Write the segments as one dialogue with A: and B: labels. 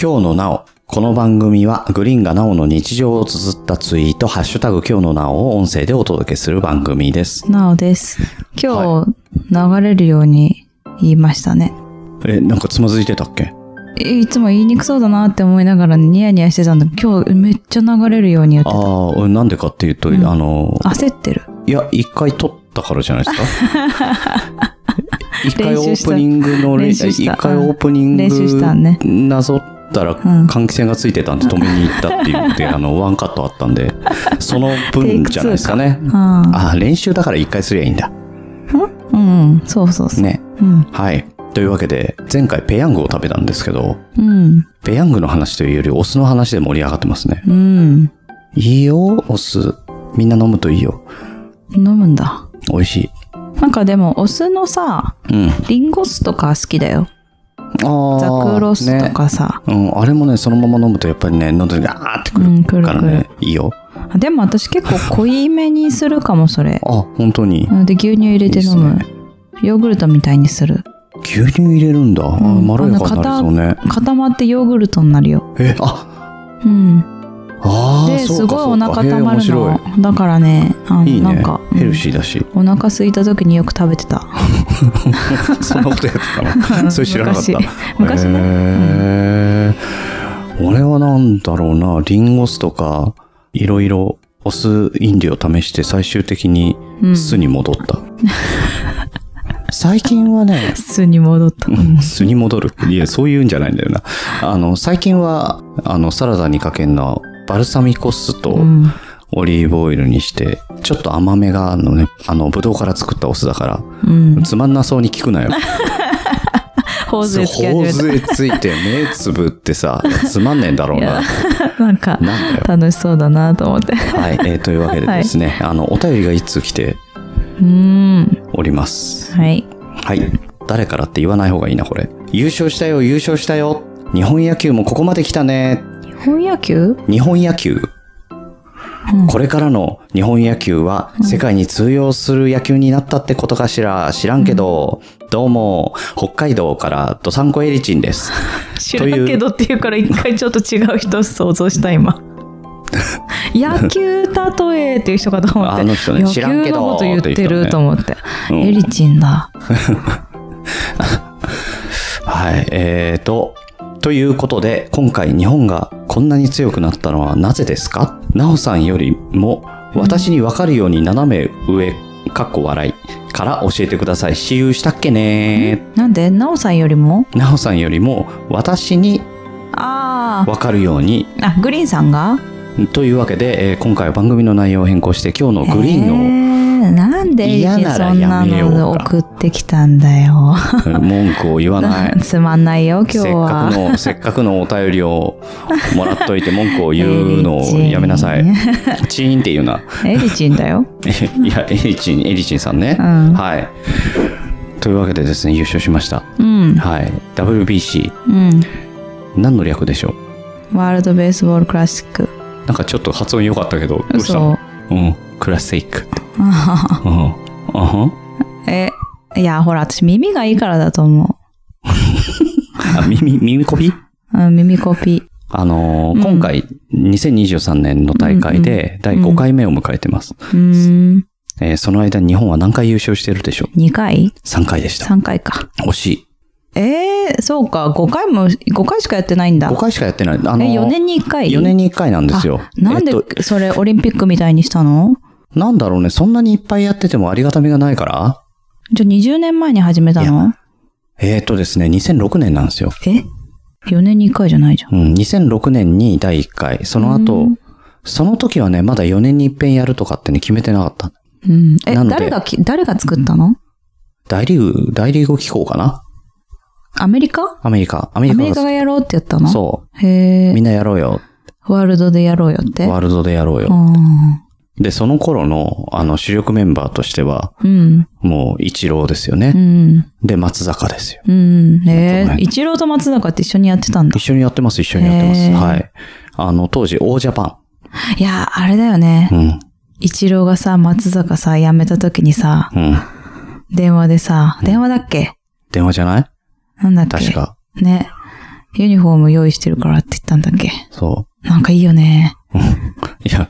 A: 今日のなお。この番組はグリーンがなおの日常を綴ったツイート、ハッシュタグ今日のなおを音声でお届けする番組です。
B: なおです。今日、流れるように言いましたね。
A: え、なんかつまずいてたっけ
B: い、いつも言いにくそうだなって思いながらニヤニヤしてたんだけど、今日めっちゃ流れるように言って
A: あ
B: た。
A: あー、なんでかっていうと、
B: うん
A: あの、
B: 焦ってる。
A: いや、一回撮ったからじゃないですか。 一回
B: 練
A: オ
B: 習し
A: ー
B: た
A: プニングの練
B: 練
A: 習、
B: 習した
A: 一回オープニン
B: 練習したね
A: グなぞったら
B: うん
A: 換気扇がついてたんで止めに行ったっていう てあの、ワンカットあったんで、その分じゃないですかね。
B: あ
A: ああ、練習だから一回すりゃいいんだ。
B: あ。うんうん。そうそうそう。
A: ね。
B: うん。
A: はい。というわけで、前回ペヤングを食べたんですけど、
B: うん。
A: ペヤングの話というより、オスの話で盛り上がってますね。
B: うん。
A: いいよ、オス。みんな飲むといいよ。
B: 飲むんだ。
A: 美味し
B: なんかでも、お酢のさ、
A: い。うん。
B: リンゴ酢とか好きだよ。
A: ああ。
B: ザクロスと
A: ね
B: かさ。
A: うん、あれもね、そのまま飲むとやっぱりね、喉にガーってく
B: う
A: る
B: ん、くる
A: から
B: くる
A: ね。、いいよ。
B: あでも私結構濃いめにするかも、それ。
A: あ、本当に。
B: うんで、牛乳入れて飲む
A: いいっす
B: ヨーグルトみたいにする。
A: 牛乳入れるんだ。あ
B: ん
A: まろやかになりそうね。
B: 固まってヨーグルトになるよ。
A: え、あ、
B: うん。
A: あ
B: で、
A: ー、そ
B: す
A: うか
B: ごい
A: そ
B: お
A: うか
B: 腹
A: へー
B: たま
A: 面
B: る
A: 白
B: の。だからね、あの、
A: い。いい
B: なん
A: ね
B: か、。
A: ヘルシーだ し。
B: お腹空いた時によく食べてた。
A: そんなことやってたの それ知らなかった。
B: 昔昔ね
A: ね。俺はなんだろうな、リンゴ酢とか、いろいろお酢飲料試して最終的に
B: うん。
A: 酢に戻った。最近はね、
B: 酢に戻った。うん
A: 酢に戻る。いや、そういうんじゃないんだよな。あの、最近は、あの、サラダにかけるのは、バルサミコ酢と
B: うん。
A: オリーブオイルにして、ちょっと甘めがあるのね、あの、ブドウから作ったお酢だから、
B: うん。
A: つまんなそうに効くなよ。
B: 頬杖つき始
A: 頬
B: めた。
A: 杖ついて目つぶって さ、つまんねえんだろうな。
B: なんか、
A: なんだよ。
B: 楽しそうだなと思って。
A: はい、えーというわけでですね、あの、お便りが一通来て
B: うん。
A: おります。
B: はい。
A: はい。誰からって言わない方がいいな、これ。優勝したよ、優勝したよ。日本野球もここまで来たね。
B: 日本野球
A: 日本野球。これからの日本野球は世界に通用する野球になったってことかしら知らんけど、どうも、北海道からドサンコエリチンです。
B: 知らんけどって言うから一回ちょっと違う人想像し た今野球例えっていう人かと思って
A: あの人ね
B: 野
A: 知らんけ
B: 球
A: ど
B: のこと言ってると思って
A: うん
B: エリチンだ
A: はい、えーと、ということで、今回日本がこんなに強くなったのはなぜですかなおさんよりも、私にわかるように斜め上、かっこ笑いから教えてください。私有したっけね
B: なんでなおさんよりも
A: なおさんよりも、私に
B: あー
A: わかるように、
B: あグリーンさんが
A: というわけで、えー今回は番組の内容を変更して、今日のグリーンの
B: えーなんでエリチンそんな
A: 嫌ならやめよ
B: の
A: うか
B: 送ってきたんだよ。
A: 文句を言わない
B: つまんないよ今日
A: せっか
B: は
A: くの、せっかくのお便りをもらっといて文句を言うのをやめなさ
B: エ
A: い
B: リ。
A: チーンって言うな。
B: エリチンだよ
A: いや、エリチン、エリチンさんね
B: う。ん
A: はい。というわけでですね、優勝しました。
B: うん
A: はい。WBC、
B: うん
A: 何の略でしょ
B: ワールドベースボールクラシック
A: うなんかちょっと発音良かったけど、どうした
B: 嘘
A: のうん。クラシッ クって。
B: あはは
A: うん。あは
B: え、いや、ほら、私耳がいいからだと思
A: あ、耳、耳こび
B: う。うん、耳コピ。
A: あのー
B: うん
A: 今回、2023年の大会で第5回目を迎えてます。
B: うーん、
A: えーその間、日本は何回優勝してるでしょ
B: 2
A: う
B: 回
A: ?3 回でした。
B: ?3 回か。
A: 惜しい。
B: えー、そうか、5回も、5回しかやってないんだ
A: 5。回しかやってない。あの
B: え、4年に1回
A: 四年に1回なんですよ。
B: なんで
A: えっと、
B: それオリンピックみたいにしたの
A: なんだろうね、そんなにいっぱいやっててもありがたみがないから
B: じゃあ20年前に始めたの
A: えっ、とですね、2006年なんですよ。
B: え ?4 年に1回じゃないじゃん。
A: うん、2006年に第1回。その後、その時はね、まだ4年に一遍やるとかってね、決めてなかった。
B: うん。え、
A: なので
B: 誰がき、誰が作ったの
A: 大リーグ、大リーグ機構かな
B: アメリカ
A: アメリカ。アメ
B: ア
A: リカ
B: メリ
A: が
B: カがやろうってやったの。
A: そうう。
B: へ
A: み
B: え。
A: んなやろうよ。
B: ワールドでやろうよって。
A: ワールドでやろうよ。で、その頃の、あの、主力メンバーとしては、
B: うん。
A: もう、一郎ですよ
B: う
A: ね。
B: ん。
A: で、松坂ですよ。
B: うん。え
A: ごめ
B: ー、
A: ん
B: 一郎と松坂って一緒にやってたんだ
A: 一。緒にやってます、一緒にやってま
B: へ
A: す。
B: ー
A: はい。あの、当時、オージャパ
B: いやー、あれだよね。
A: ン。うん。
B: 一郎がさ、松坂さ、辞めた時にさ、
A: うん。
B: 電話でさ、電話だっけ
A: 電話じゃない
B: なんだっけ
A: 確か。
B: ね。ユニフォーム用意してるからって言ったんだっけ
A: そ
B: なんかいいよね。
A: う。いや、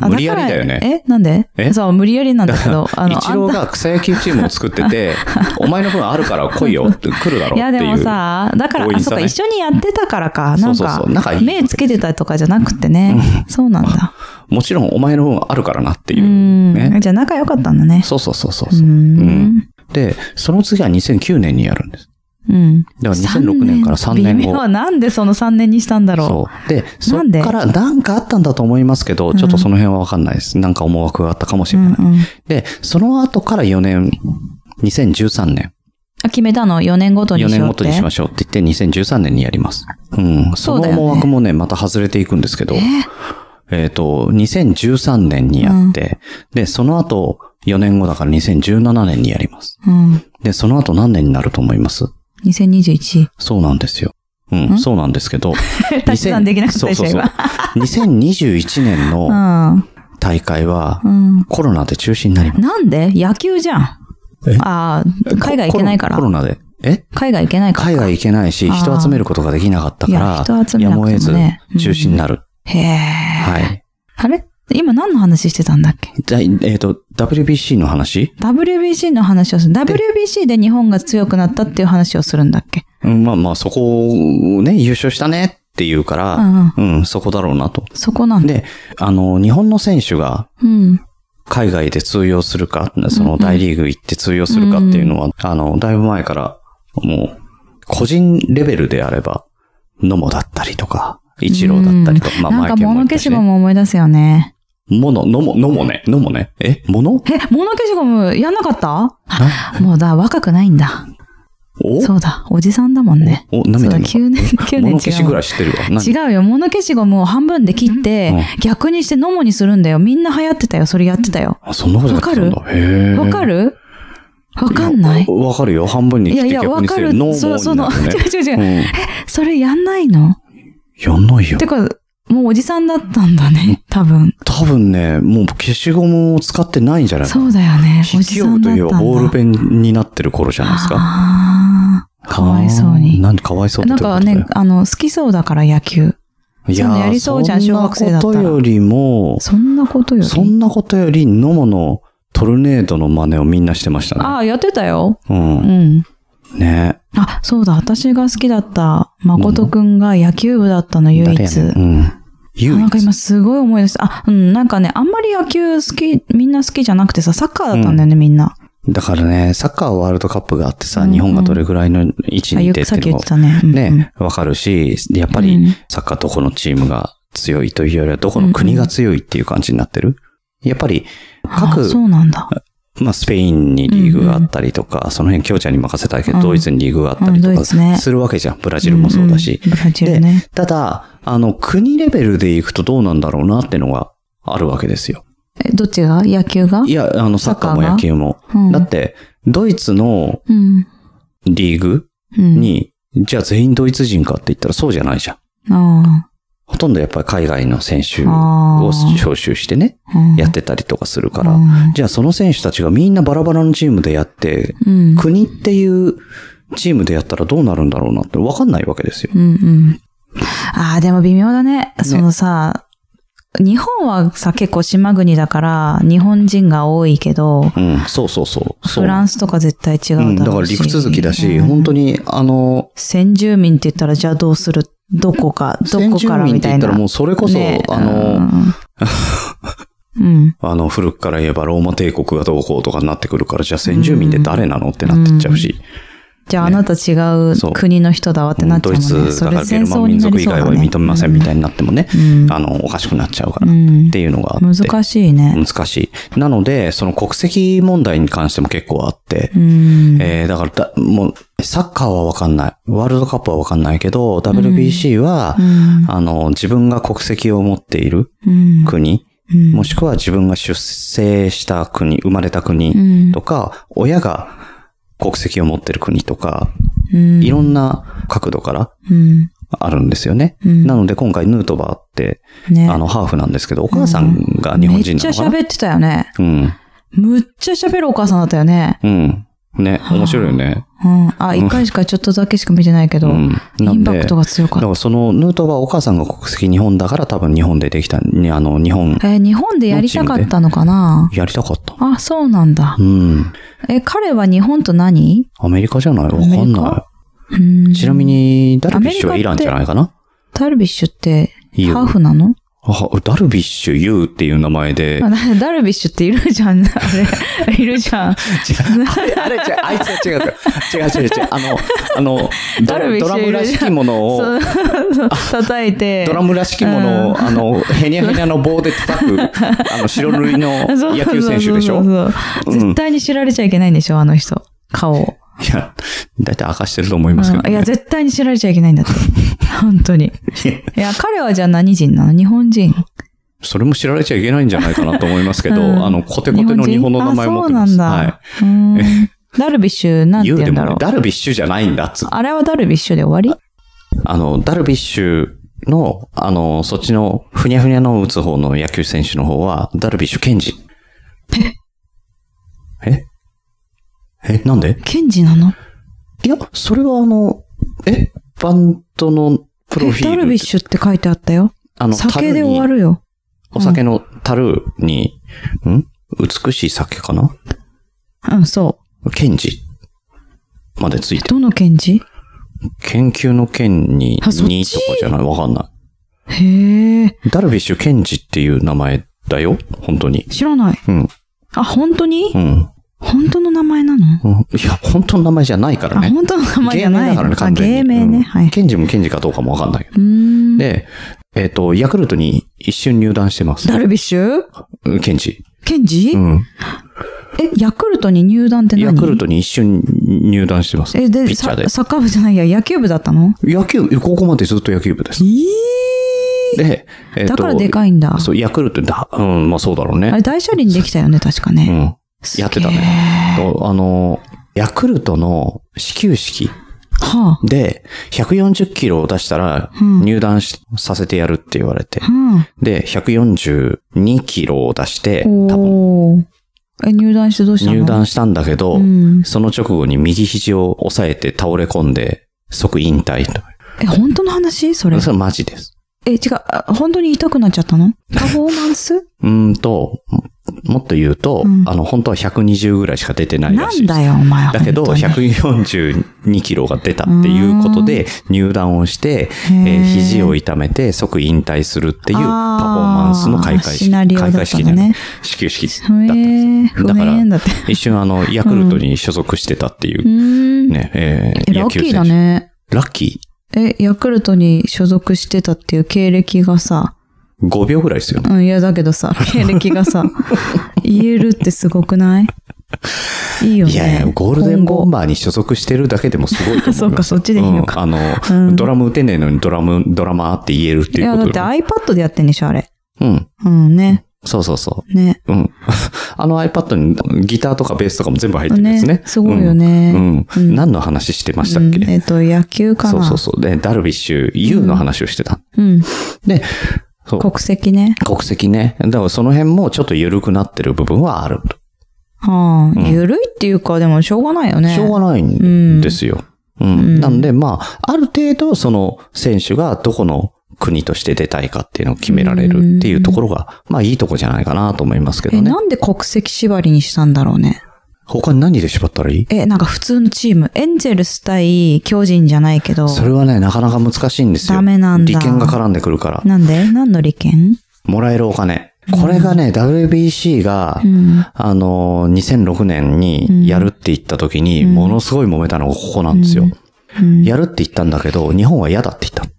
B: あ
A: 無理やりだよね。。
B: からえなんで
A: え。
B: そう、無理やりなんだけど あの、
A: 一郎が草野球チームを作って て、お前の分あるから来いよって来るだろ
B: いうや
A: って
B: で
A: いう。
B: もさ、だから、
A: 強引
B: あ、
A: さ
B: そっか、
A: ね
B: 一緒にやってたからか。
A: そ
B: な
A: うんそうそう
B: か、
A: 仲いい
B: 目つけてたとかじゃなくてね。そうなんだ。
A: もちろんお前の分あるからなって
B: う
A: いう。ね
B: ん。じゃあ仲良かったんだね。
A: そうそうそうそう
B: う
A: そう。
B: ん。
A: で、その次は2009年にやるんです。
B: うん。
A: だから2006年から3年
B: 微
A: 後
B: 妙。なんでその3年にしたんだろ
A: そう。で、そ
B: な
A: っ
B: んで
A: からなんかあったんだと思いますけど、
B: ん
A: ちょっとその辺はわかんないです。なんか思惑があったかもし
B: う。
A: れない。
B: うんうん
A: で、その後から4年、2013年、
B: あ決めたの4年ごとに
A: 4
B: し
A: 年
B: よう
A: ご
B: って。
A: とにしましょうって言って2013年にやります。うん。そ
B: そう
A: の
B: だよね
A: 思惑もね、また外れていくんですけど、え
B: え
A: っ、と、2013年にやって、で、その後、4年後だから2017年にやります。
B: うん。
A: で、その後何年になると思います
B: 2021。
A: そうなんですよ。うん、
B: ん
A: そうなんですけど。
B: 足し算できなかったでしょ
A: 2000そうそう
B: 今
A: そう。2021年
B: う
A: の
B: ん。
A: 大会は、
B: うん。
A: コロナで中止になります。
B: なんで野球じゃん。
A: え
B: ああ、海外行けないから
A: コ。ロナコロナで。え
B: 海外行けないから。
A: 海外行けないし、
B: あー
A: 人集めることができなかったか
B: いや
A: ら、
B: 人集め
A: や
B: な
A: むを得
B: くて
A: ず
B: もね
A: 中止になる。
B: へえ。
A: はい。
B: あれ今何の話してたんだっけ
A: じゃあえっ、と、WBC の話
B: ?WBC の話をする。WBC で日本が強くなったっていう話をするんだっけ
A: うんまあまあ、そこをね、優勝したねっていうか
B: う
A: ら、
B: んうん。
A: うん、そこだろうなと。
B: そこなんだ。
A: で、あの、日本の選手が
B: うん。海
A: 海外で通用するか、その大リーグ行って通用するかっていうのは、あの、だいぶ前から、もう、個人レベルであれば、野茂だったりとか、一郎だったりとか、まあ、
B: なんか
A: マイケルも
B: 物
A: いた
B: 消
A: し
B: し
A: ね
B: ゴム思い出すよね。
A: もの、のも、のもね、のもね。え、もの
B: え、物消しゴムやんなかった
A: な
B: もうだ、若くないんだ。
A: お
B: そうだ、おじさんだもんね。
A: お、
B: そう
A: 涙
B: だ、
A: に。
B: 9年、9年
A: 物消
B: 違
A: し
B: う
A: ぐ
B: もん。
A: らい知ってるわ。何
B: 違うよ。物消しゴムを半分で切って、
A: う
B: 逆にしてノモにするんだよ。みんな流行ってたよ。それやってたよ。
A: あ、そんなことやってたんだ。へー
B: わかるわかんない
A: やわかるよ。半分に
B: い
A: 切っ
B: や
A: て
B: いや、
A: 逆
B: わ
A: にす
B: か
A: る。
B: る
A: ノ。ー
B: そ
A: モ
B: うそ
A: ーに
B: の、
A: なるね
B: 違う違う違う。
A: うん
B: それやんないの
A: やんないよ
B: て。か、もうおじさんだったんだね、多分。
A: 多分ね、もう消しゴムを使ってないんじゃないかな
B: そうだよね。お
A: 筆
B: じ
A: 記
B: さ
A: 用
B: ん
A: と
B: だ
A: い
B: った
A: うん
B: だ。
A: ボールペンになってる頃じゃないですか。
B: あ
A: か
B: わいそうに
A: なんでかわいそ
B: ー
A: うって
B: なん
A: どういう
B: か
A: ことだよ
B: ね、あの、好きそうだから野球。
A: い
B: そんなやりそうじゃん小学生だったら
A: そんなことよりも、
B: そんなことより。
A: そんなことより、ノモのトルネードの真似をみんなしてましたね。
B: ああ、やってたよ。
A: う。
B: うんん。
A: ね
B: あ、そうだ、私が好きだった、誠くんが野球部だったの、唯
A: 誰や
B: 一。
A: ねんうん。
B: あ
A: 唯
B: なんか
A: 一。
B: 今すごい思い出した。あ、うん、なんかね、あんまり野球好き、みんな好きじゃなくてさ、サッカーだったんだよね、みんな。
A: だからね、サッカーワールドカップがあってさ、
B: うん
A: 日本がどれぐらいの位置
B: あ、
A: にい
B: よ
A: て
B: く
A: って
B: さっき
A: いう
B: 言
A: の
B: ってたね。うん
A: もね、わかるし、やっぱ
B: う
A: り
B: ん
A: サッカーどこのチームが強いというよりは、どこの国が強いっていう感じになってる。やっぱり、
B: あ
A: 各
B: そうなんだ。
A: まあ、スペインにリーグがあったりとか、その辺、京ちゃんに任せたいけど、
B: うん
A: ドイツにリーグがあったり
B: う
A: と
B: んド
A: か
B: イツね
A: するわけじゃん。ブラジルもそうだし。
B: んんブラジルね。
A: ただ、あの、国レベルで行くとどうなんだろうなってのがあるわけですよ。
B: え、どっちが野球が
A: いや、あの、サッカーも
B: サッカーが
A: 野球も。
B: うん
A: だって、ドイツの
B: うん。
A: リーグ
B: うん。
A: に、じゃあ全員ドイツ人かって言ったらそうじゃないじゃん。
B: あ
A: ほとんどやっぱり海外の選手
B: あ
A: を
B: ー
A: 招集してね、
B: あ。うん
A: やってたりとかするか
B: う
A: ら。
B: ん
A: じゃあその選手たちがみんなバラバラのチームでやって、
B: うん。
A: 国っていうチームでやったらどうなるんだろうなって分かんないわけですよ。
B: うんうん。ああ、でも微妙だね。そのさ、日本はさ、結構島国だから、日本人が多いけど、
A: うん、そうそうそう。そう
B: フランスとか絶対違
A: う、
B: うんだ
A: だ
B: ろ
A: から
B: うし。
A: 陸続きだし、
B: うん
A: 本当に、あの、
B: 先住民って言ったら、じゃあどうするどこか、ど
A: 先
B: こ
A: 住
B: から
A: 民っ
B: み
A: て
B: た
A: 言っ
B: い
A: た
B: な。
A: らもうそれこそ、
B: ね
A: あの、、
B: うんうん。
A: あの、古くから言えばローマ帝国がどうこうとかになってくるから、じゃあ先住民って誰なのってなってっちゃうし、
B: じゃああなた違
A: そう
B: う国の人だわってなっち
A: ド
B: ゃう
A: イ
B: もんね。
A: ツ
B: そ
A: だから
B: れ
A: ゲ
B: 戦
A: ルマ
B: 争
A: ン民
B: にな
A: 族
B: り
A: 以
B: そう
A: 外
B: だ
A: は
B: ね。
A: 認めませんみたいになってもね、
B: うん
A: あの、おかしくなっちゃうから、っ
B: うん
A: ていうのがあって、
B: 難しいね。
A: 難しい。なので、その国籍問題に関しても結構あって、
B: うん。
A: えー、だからだ、もう、サッカーはわかんない。ワールドカップはわかんないけど、WBC は、
B: うん
A: あの、自分が国籍を持っている
B: うん
A: 国、
B: うん
A: もしくは自分が出生した国、生まれた
B: う
A: 国
B: ん
A: とか、親が国籍を持ってる国とか、
B: うん
A: いろんな角度から
B: うん
A: あるんですよね。
B: うん
A: なので、今回ヌートバーって、
B: ね
A: あの、ハーフなんですけど、お母さんが日本人なのかな
B: めっちゃ喋ってたよね。
A: うん。
B: むっちゃ喋るお母さんだったよね。
A: うん。ね、面白いよね。
B: ううん。あ、一回しかちょっとだけしか見てないけど、
A: うんなんで
B: インパクトが強か
A: だ
B: っ
A: からそのヌートバーお母さんが国籍日本だから多分日本でできた、にあの、日本
B: た。えー日本でやりたかったのかな
A: やりたかった。
B: あ、そうなんだ
A: う。ん。
B: え、彼は日本と何
A: アメリカじゃないわか
B: アメ
A: ん
B: リ
A: な
B: カうん
A: い。ちなみに、ダルビッシュは
B: アメ
A: イ
B: リカ
A: ラ
B: っ
A: ン
B: て
A: じゃないかな
B: ダルビッシュって、
A: いいよ
B: ハーフなの
A: あ、ダルビッシュ U っていう名前で
B: あ、だダルビッシュっているじゃん、あれ。 いるじゃん。
A: あれ、 あれ、違うあいつは違うから。違う違う違う。あの、あの、ド
B: ダル
A: ラ
B: ビッシ
A: ド
B: ュ
A: ラムらしきもの
B: そ
A: を
B: う、叩いて。
A: ドラムらしきものを、あの、へにゃへにゃの棒で叩 く、あの、白塗りの
B: そう
A: 野球選手でしょ
B: そうそうそう
A: うん
B: 絶対に知られちゃいけないんでしょ、あの人。顔を。
A: いや、だいたい明かしてると思いますけど、
B: うんいや、
A: ね。
B: 絶対に知られちゃいけな いんだって。本当に。いや、彼はじゃあ何人なの日本人。
A: それも知られちゃいけないんじゃないかなと思いますけど、
B: うん
A: あの、コテコテの日本の名前持ってま
B: あ、そ
A: す。
B: うなんだ。うーんダルビッシュ、なん
A: はい。
B: て
A: 言う
B: 言う
A: で
B: んだろ
A: も、
B: う。
A: ダルビッシュじゃないんだっつ。
B: あれはダルビッシュで終わ
A: あの、ダルビッシュの、あの、そっちの、ふにゃふにゃの打つ方の野球選手の方は、ダルビッシュ健二。ええなんで
B: りケンジなの
A: いや、それはあの、えバンドのプロフィール。
B: ダルビッシュって書いてあったよ。
A: あの、
B: 酒で
A: 樽に
B: 終わるよ。
A: お酒の樽に、ん美しい酒かな
B: うん、そ。
A: ケンジまでついうてる。
B: どのケンジ
A: 研究の剣に
B: あそっち
A: 2とかじゃないわかんな
B: へえ、
A: い。ダルビッシュケンジっていう名前だよ本当に。
B: 知らない。
A: うん。
B: あ、本当に
A: うん。
B: 本当の名前なの
A: うんいや、本当の名前じゃないから
B: あ、
A: ね。
B: 本当の名前じ
A: 芸
B: ゃ
A: 名
B: な
A: だ
B: い
A: からね、
B: のか。
A: 完全に。
B: 芸名
A: うん
B: ね。はい。
A: ケンジもケンジかどうかもわかんないけど。
B: うーん。
A: で、えっ、と、ヤクルトに一瞬入団してます。
B: ダルビッシュ
A: うんケンジ。
B: ケンジ
A: うん。
B: え、ヤクルトに入団って
A: ヤ
B: 何
A: クルトに一瞬入団してます。
B: え、で
A: ピッチャ
B: サ
A: ーで、。
B: サッカー部じゃないや、野球部だったの
A: 野球、ここまでずっと野球部です。
B: え
A: で、えっ
B: だからでか
A: い。
B: いんだ。
A: そう、ヤクルトだ、うん、まあそうだろう
B: あ
A: ね
B: れ、。大車輪できたよね、確か
A: う
B: ね。
A: ん。やってたね
B: すげえ
A: とあの、ヤクルトの始球式
B: は
A: で、140キロを出したら、
B: うん
A: 入団しさせてやるって言われて
B: あ。。うん。
A: で、142キロを出して、多分、
B: おーえ、入団してどうしたの
A: 入団したんだけど、
B: うん。
A: その直後に右肘を押さえて倒れ込んで、即引退と。
B: え、本当の話それ。
A: それマジです。
B: え、違う、あ本当に痛くなっちゃったのパフォーマンス
A: うーんと、もっと言うと、
B: うん
A: あの、本当は120ぐらいしか出てないら
B: な
A: しい
B: ん
A: です。
B: だよ、お前。
A: だけど、
B: 本当に
A: 142キロが出たっていうことで、入団をして、え
B: へ
A: ー
B: ー
A: 肘を痛めて即引退するっていうパフォーマンスの開会
B: あーシ
A: 式。
B: ナリオだっ
A: 開
B: たの
A: 会式
B: ね
A: じゃない始球式だったん
B: へえ、
A: です。
B: 不
A: だから
B: 明、だって。
A: 一瞬あの、ヤクルトに所属してたっていうう、
B: ーん。
A: ね、えー
B: え、ラッキーだ。ね。
A: ラッキ
B: え、ヤクルトに所属してたっていう経歴がさ、
A: ー ?5 秒ぐらいですよね。
B: うん、いやだけどさ、 経歴がさ、言えるってすごくないいいよね。
A: いやいや、ゴールデンボン
B: バ
A: バーに所属してるだけでもすごいと思います
B: そうかそっちでいいのか
A: うんあ
B: う
A: の、
B: ん
A: ドラム打てねえのにドラム、ドラマーって言えるって
B: い
A: いう
B: や、
A: こ
B: だっ
A: と
B: て
A: だ
B: iPad でやってんでしょ、あれ。
A: うん。
B: うん、ね。
A: そうそうそ
B: ね。
A: う。うん。 あの iPad にギターとかベースとかも全部入ってるんですね。
B: すごいよ
A: う
B: ね。
A: ん。う。
B: うんん
A: 何の話してました
B: う
A: っ
B: ん
A: け
B: えっと、野球か
A: そ
B: な。
A: うそうそう。で、ダルビッシュ U の話をしてた。
B: うん。
A: で、そう。
B: 国籍ね。
A: 国籍ね。だからその辺もちょっと緩くなってる部分はある。
B: はあ、
A: ん
B: ゆるいっていうか、でもしょうがないよね。
A: しょうがないんですよ。うん。
B: うん
A: なんで、まあ、ある程度、その選手がどこの国として出たいかっていうのを決められるっていうところが、まあ、いいとこじゃないかなと思いますけど
B: え、
A: ね。
B: なんで国籍縛りにしたんだろうね。
A: 他に何で縛ったらいい
B: え、なんか普通のチーム、エンジェルス対巨人じゃないけど、
A: それはね、なかなか難しいんですよ。
B: ダメなんだ
A: 利権が絡んでくるから。
B: なんで何の利権
A: もらえるお金。これがね、WBC が、
B: うん。
A: あのー、2006年にやるって言った時に、ものすごい揉めたのがここなんですよ。
B: うん
A: やるって言ったんだけど、日本は嫌だって言っ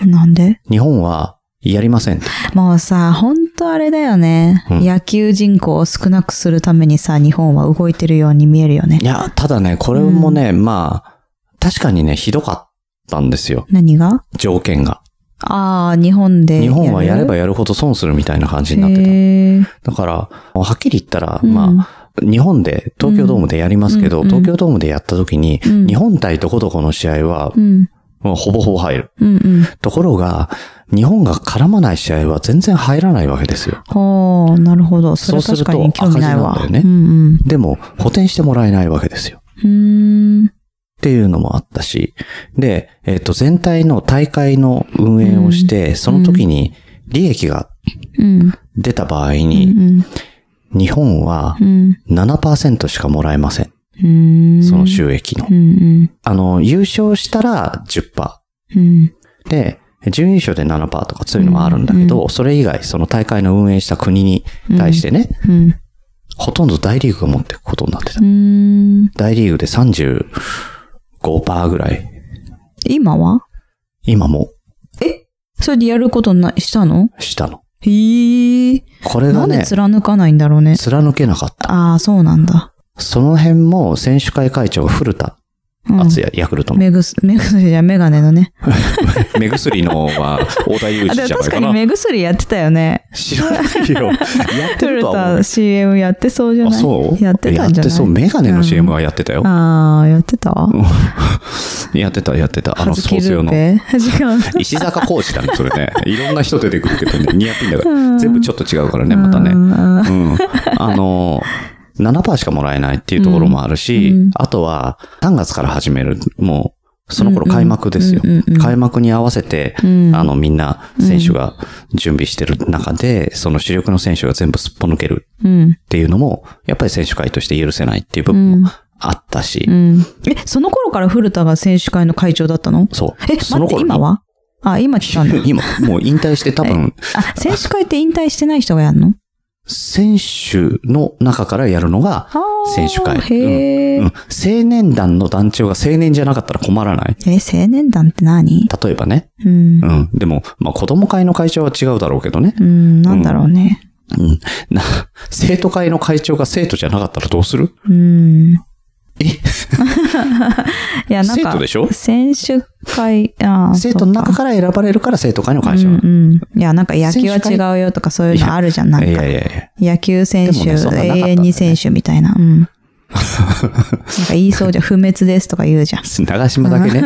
A: た。
B: なんで
A: 日本は、やりませんって。
B: もうさ、ほんとあれだよね、
A: うん
B: 野球人口を少なくするためにさ、日本は動いてるように見えるよね
A: い。や、ただね、これもね、まあ、確かにね、ひどかったんですよ。
B: 何が
A: 条件が。
B: ああ、日本で
A: 日本はやれ
B: い
A: ばやるほど損するみたいな感じになって
B: へえ。
A: た。だから、はっきり言ったら、
B: うん
A: まあ、日本で、東京ドームでやりますけど、
B: うん
A: 東京ドームでやった時に、
B: うん
A: 日本対どこどこの試合は、
B: うん。
A: もうほぼほぼ入る。
B: うんうん。
A: ところが、日本が絡まない試合は全然入らないわけですよ。
B: ほう、なるほど。それ
A: そうす
B: 確
A: ると
B: かに興味ないわ。
A: 赤字なんだよね
B: うんうん。
A: でも、補填してもらえないわけですよ。
B: うーん。
A: っていうのもあったし、で、えっ、と、全体の大会の運営をして、その時に利益が
B: うん。
A: 出た場合
B: う
A: に、
B: ん。
A: 日本は
B: うん。
A: 7%しかもらえません。
B: うん。
A: その収益の
B: う。ん。
A: あの、優勝したら10%。
B: うん。
A: で、準優勝で7%とかそういうのもあるんだけど、それ以外、その大会の運営した国に対してね、
B: うん。
A: ほとんど大リーグが持っていくことになってた
B: う。ん。
A: 大リーグで35%ぐらい。
B: 今は
A: 今も
B: それでやることな、したの
A: したの。
B: へえ。
A: これ
B: な
A: が
B: んで
A: ね、
B: 貫かないんだろうね。
A: 貫けなかっ
B: ああ、そうなんだ。
A: た。その辺も選手会会長古田
B: うん。
A: 敦也、ヤクルトの。
B: 目薬、目薬じゃメガネのね。
A: 目薬のは、大田裕
B: あ、
A: 二
B: でも
A: じゃない
B: 確か
A: か
B: に
A: な。
B: 目薬やってたよね。
A: 知らない よ。やって
B: ト
A: る
B: ル
A: とは思
B: タ CM やってそうじゃ
A: う。あ、
B: ない
A: そう
B: やってたんじゃない
A: やってそう。メガネの CM はやってたよ。
B: ああ、やってた
A: やってた、やってた。あ
B: は
A: の、
B: ず
A: ス
B: き
A: ポーツ
B: ル
A: 用
B: ー
A: の。
B: ペ違う。
A: 石坂浩二だね、それ ね。いろんな人出てくるけどね、ニアピンだから。全部ちょっと違うからね、またね。う
B: ね。
A: ん。あの、7%しかもらえないっていうところもあるし、
B: うんうん
A: あとは3月から始める、もう、その頃開幕ですよ。
B: うんうんうん
A: 開幕に合わせて、
B: うん
A: あの、みんな選手が準備してる中で、その主力の選手が全部すっぽ抜ける
B: うん。
A: っていうのも、やっぱり選手会として許せないっていう部
B: う
A: 分
B: ん
A: もあったし、
B: うん。え、その頃から古田が選手会の会長だったの
A: そう。
B: え、
A: そ
B: 待
A: の
B: って、
A: 頃
B: 今はあ、今来たんだ。
A: 今、もう引退して多分、
B: あ、選手会って引退してない人がやるの
A: 選手の中からやるのが、
B: あ ー
A: 選手会
B: へ
A: う
B: え
A: ん。青年団の団長が青年じゃなかったら困らない。
B: え、青年団って何
A: 例えばね。
B: うん
A: う。ん。でも、まあ、子供会の会長は違うだろうけどね。
B: うん、なんだろうね。
A: うん。な、生徒会の会長が生徒じゃなかったらどうする
B: うん。
A: え
B: いや、なんか、
A: 生徒でしょ
B: 選手会、あー
A: 生徒の中
B: そう
A: から選ばれるから生徒会の
B: か
A: 会長
B: う
A: なの
B: ん、うん。いや、なんか野球は違うよとかそういうのあるじゃん、なん
A: い
B: か
A: や。いやいや。
B: 野球選
A: でも
B: 手、
A: ねそんななかったんだ
B: 永
A: よね
B: 遠に選手みたいな。う ん。なんか言いそうじゃん、不滅ですとか言うじゃん。
A: 長島だけね。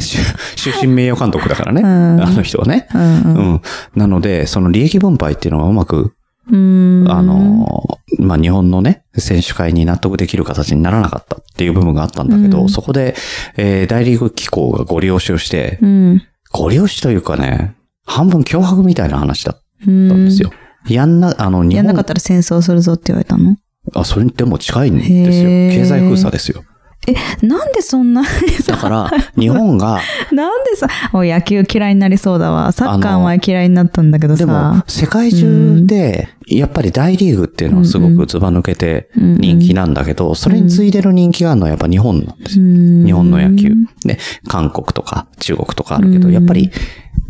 A: し終身名誉監督だからね。
B: ん
A: あの人はね。
B: うん
A: う、ん。なので、その利益分配っていうのがうまく
B: うん。うん
A: あ、の、まあ、日本のね、選手会に納得できる形にならなかったっていう部分があったんだけど、
B: うん
A: そこで、えー大リーグ機構がご利用しをして、
B: うん。
A: ご利用しというかね、半分脅迫みたいな話だっ
B: う
A: たん
B: ん
A: ですよ。やんな、あの、日
B: やんなか
A: 本
B: っ、たら戦争するぞって言われたの
A: あ、それにでも近いんですよ。
B: へー
A: 経済封鎖ですよ。
B: なんでそんな、
A: だ から、日本が、
B: なんでさ、もう野球嫌いになりそうだわ。サッカー
A: あの
B: 前嫌いになったんだけど
A: でも
B: さ、。
A: 世界中で、やっぱり大リーグっていうのはすごくずば抜けて
B: うんうん
A: 人気なんだけど、それに次いでる人気があるのはやっぱ日本なんですよ
B: 日
A: 日本の野球。ね、韓国とか中国とかあるけど、
B: うん
A: やっぱり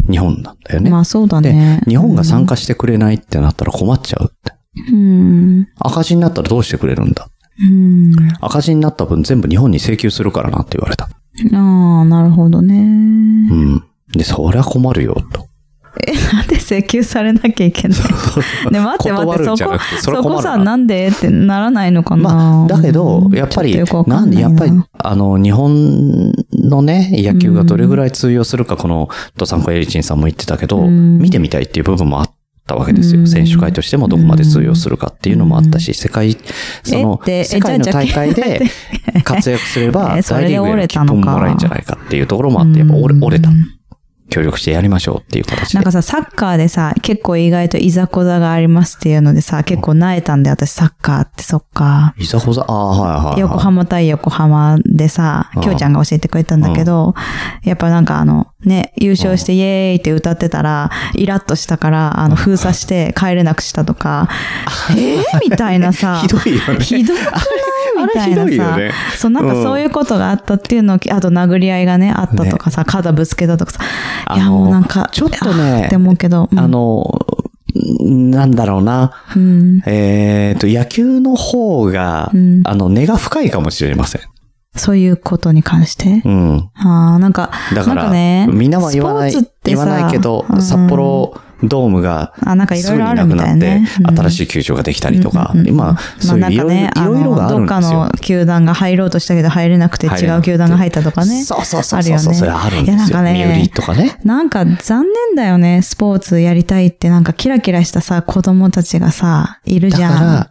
A: 日本なんだよね。
B: まあそうだ
A: で
B: ね。、
A: 日本が参加してくれないってなったら困っちゃうって。
B: うん。
A: 赤字になったらどうしてくれるんだ
B: うん。
A: 赤字になった分全部日本に請求するからなって言われた。
B: ああ、なるほどね。
A: うん。で、そりゃ困るよ、と。
B: なんで請求されなきゃいけないね、待って待
A: 断
B: って、
A: るんじ
B: そ
A: ゃ
B: こ
A: なくて、そ
B: そ
A: れは困
B: こ
A: るな
B: さ、なんでってならないのかな。
A: まあ、だけど
B: う、ん
A: やっぱ
B: ちょ
A: り
B: っとよ、くわ
A: な
B: か
A: ん
B: ん
A: で、
B: な
A: や
B: い
A: っぱり、あの、日本のね、野球がどれぐらい通用するか、この、ドサンコエリチンさんも言ってたけど、
B: うん
A: 見てみたいっていう部分もあったわけですよ。
B: うん
A: 選手会としてもどこまで通用するかっていうのもあったし、世界、その
B: えっ、てえ
A: 世界の
B: じゃあ
A: 大会で活躍すれば、
B: えそ
A: 大
B: れ
A: リ
B: で
A: ーグへ
B: 折
A: の
B: れ
A: 切
B: たの
A: 符
B: か
A: ももらえんじゃないかっていうところもあって、やっぱ折れ折れた。協力してやりましょうっていう形
B: な
A: で
B: んか。さ、サッカーでさ、結構意外といざこざがありますっていうのでさ、結構なえたんで、私サッカーってそっか。
A: いざこざ、ああ、はいはいはい。
B: 横浜対横浜でさ
A: うん、
B: きょうちゃんが教えてくれたんだけど、やっぱなんかあの、ね、優勝してイエーイって歌ってたら、イラッとしたから、あの、封鎖して帰れなくした とか、えーみたいなさ。
A: ひどいよね。
B: ひどくないみ
A: あ
B: たい
A: れひどい
B: な
A: よ
B: さ、
A: ね
B: そう、なんかそういうことがあったっていうのを、あと殴り合いがね、あったとかさ、肩ぶつけたとかさ、い
A: あ
B: や
A: の
B: もうなんか、
A: ちょっとね
B: あーって思うけど、うん
A: あの、なんだろうな。
B: うん、
A: えっ、と、野球の方が、
B: うん
A: あの、根が深いかもしれません。
B: そういうことに関して。
A: うん。
B: ああ、なんか、
A: だか
B: なん
A: ら、
B: かね、
A: みんなは言わない、
B: スポーツって
A: 言わ
B: さ
A: ないけど、札、幌ドームが、
B: うんあ、なんかい
A: す
B: ろ
A: ぐに
B: いろあ
A: な
B: る
A: く
B: みた
A: ないって、
B: ね。うん
A: 新しい球場ができたりとか、
B: うんうんうん
A: 今、そういうい
B: まあ
A: ろい
B: なん
A: ろ、
B: か
A: いろいろがあるん
B: のどっか
A: ですよ
B: の。球団が入ろうとしたけど入れなくて
A: 入れ
B: 違
A: な
B: う
A: くて
B: 球団が入ったとかね。
A: そうそうそう
B: ある
A: そう
B: よ
A: そう、
B: ね
A: それあるん
B: い
A: で
B: やなん
A: すよ。
B: か
A: 身
B: ね
A: 売りとかね。
B: なんか残念だよね。スポーツやりたいってなんかキラキラしたさ、子供たちがさ、いるじ
A: だ
B: ゃ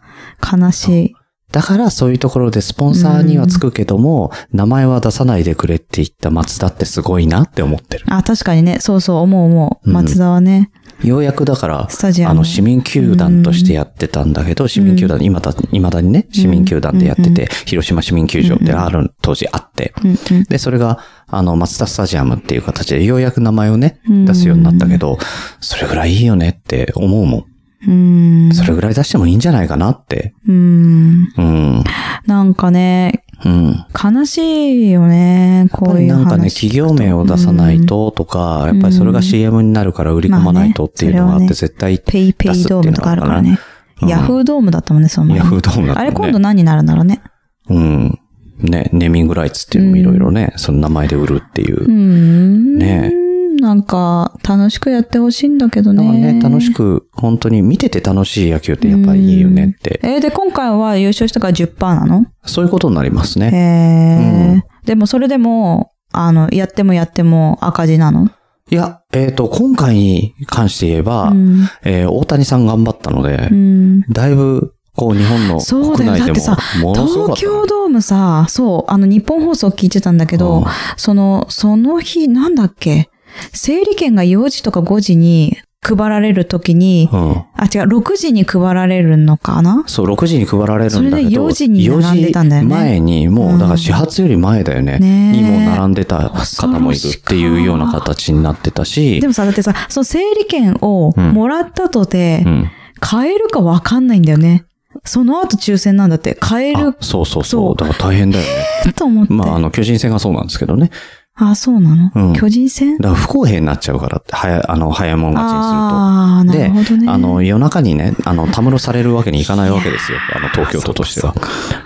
B: ん。悲しい。
A: だからそういうところでスポンサーにはつくけども、名前は出さないでくれって言った松田ってすごいなって思ってる。
B: あ、確かにね。そうそう、思う思
A: う
B: う。
A: ん
B: 松田はね。
A: ようやくだから、
B: スタジアム
A: あの、市民球団としてやってたんだけど、市民球団、今だ、未だにね、市民球団でやってて、広島市民球場ってある、当時あって、
B: うんうん。
A: で、それが、あの、松田スタジアムっていう形で、ようやく名前をね、出すようになったけど、それぐらいいいよねって思うも
B: うーん
A: ん。。それぐらい出してもいいんじゃないかなって。
B: うーん。
A: うん。
B: なんかね、
A: うん。
B: 悲しいよね。
A: やっ
B: こ
A: ぱ
B: う
A: り
B: いう
A: なん
B: 話。
A: かね、企業名を出さないととか、やっぱりそれが CM になるから売り込まないとっていうのがあって、絶対
B: ペイペ
A: 出
B: イ
A: すってい
B: ド
A: う
B: ーム
A: の
B: と
A: が
B: かあ
A: ある
B: る
A: か
B: からら
A: ね
B: ね。。ヤフードームだったもんね、その前。
A: ヤフードームだったもんね
B: あれ今度何になるんだろうね。
A: うん。ね、ネーミングライツっていうのもいろいろね、その名前で売るっていう
B: うー。ん。
A: ね
B: なんか、楽しくやってほしいんだけど
A: だから
B: ね。
A: ね、楽しく、本当に見てて楽しい野球ってやっぱりいいよねって、
B: えーで、今回は優勝したから10%なの
A: そういうことになります
B: へ
A: ね。
B: え、
A: うん
B: でもそれでも、あの、やってもやっても赤字なの
A: いや、えっ、と、今回に関して言えば、
B: うん。
A: えー大谷さん頑張ったので、
B: うん
A: だいぶ、こう、日本の
B: そうだ
A: 国
B: よ
A: 内で
B: だ
A: も
B: ってさ、
A: ものすごか
B: 東
A: ったね、
B: 京ドームさ、そう、あの、日本放送聞いてたんだけど、
A: うん
B: その、その日、なんだっけ、整理券が4時とか5時に配られるときに、
A: うん。
B: あ、違う、6時に配られるのかな
A: そう、6時に配られるんだけど、
B: それで4時に並んでたんだよね
A: 4時前に、もう、だから始発より前だよね。
B: ねえ
A: にもう並んでた方もいるっていうような形になってたし、
B: でもさ、だってさ、その整理券をもらったとて、
A: うん。
B: 買えるかわかんないんだよね。その後抽選なんだって、買え
A: あ
B: る、
A: そうそう
B: そ
A: そうう。だから大変だよね。
B: と思 って。
A: まあ、あの、巨人戦がそうなんですけどね。
B: あそうなの、
A: うん
B: 巨人戦
A: だから不公平になっちゃうからって、早、あの、早いもん勝ちにすると。
B: ああ、な
A: で、
B: るほどね。
A: あの、夜中にね、あの、たむろされるわけに いかないわけですよ。あの、東京都としては。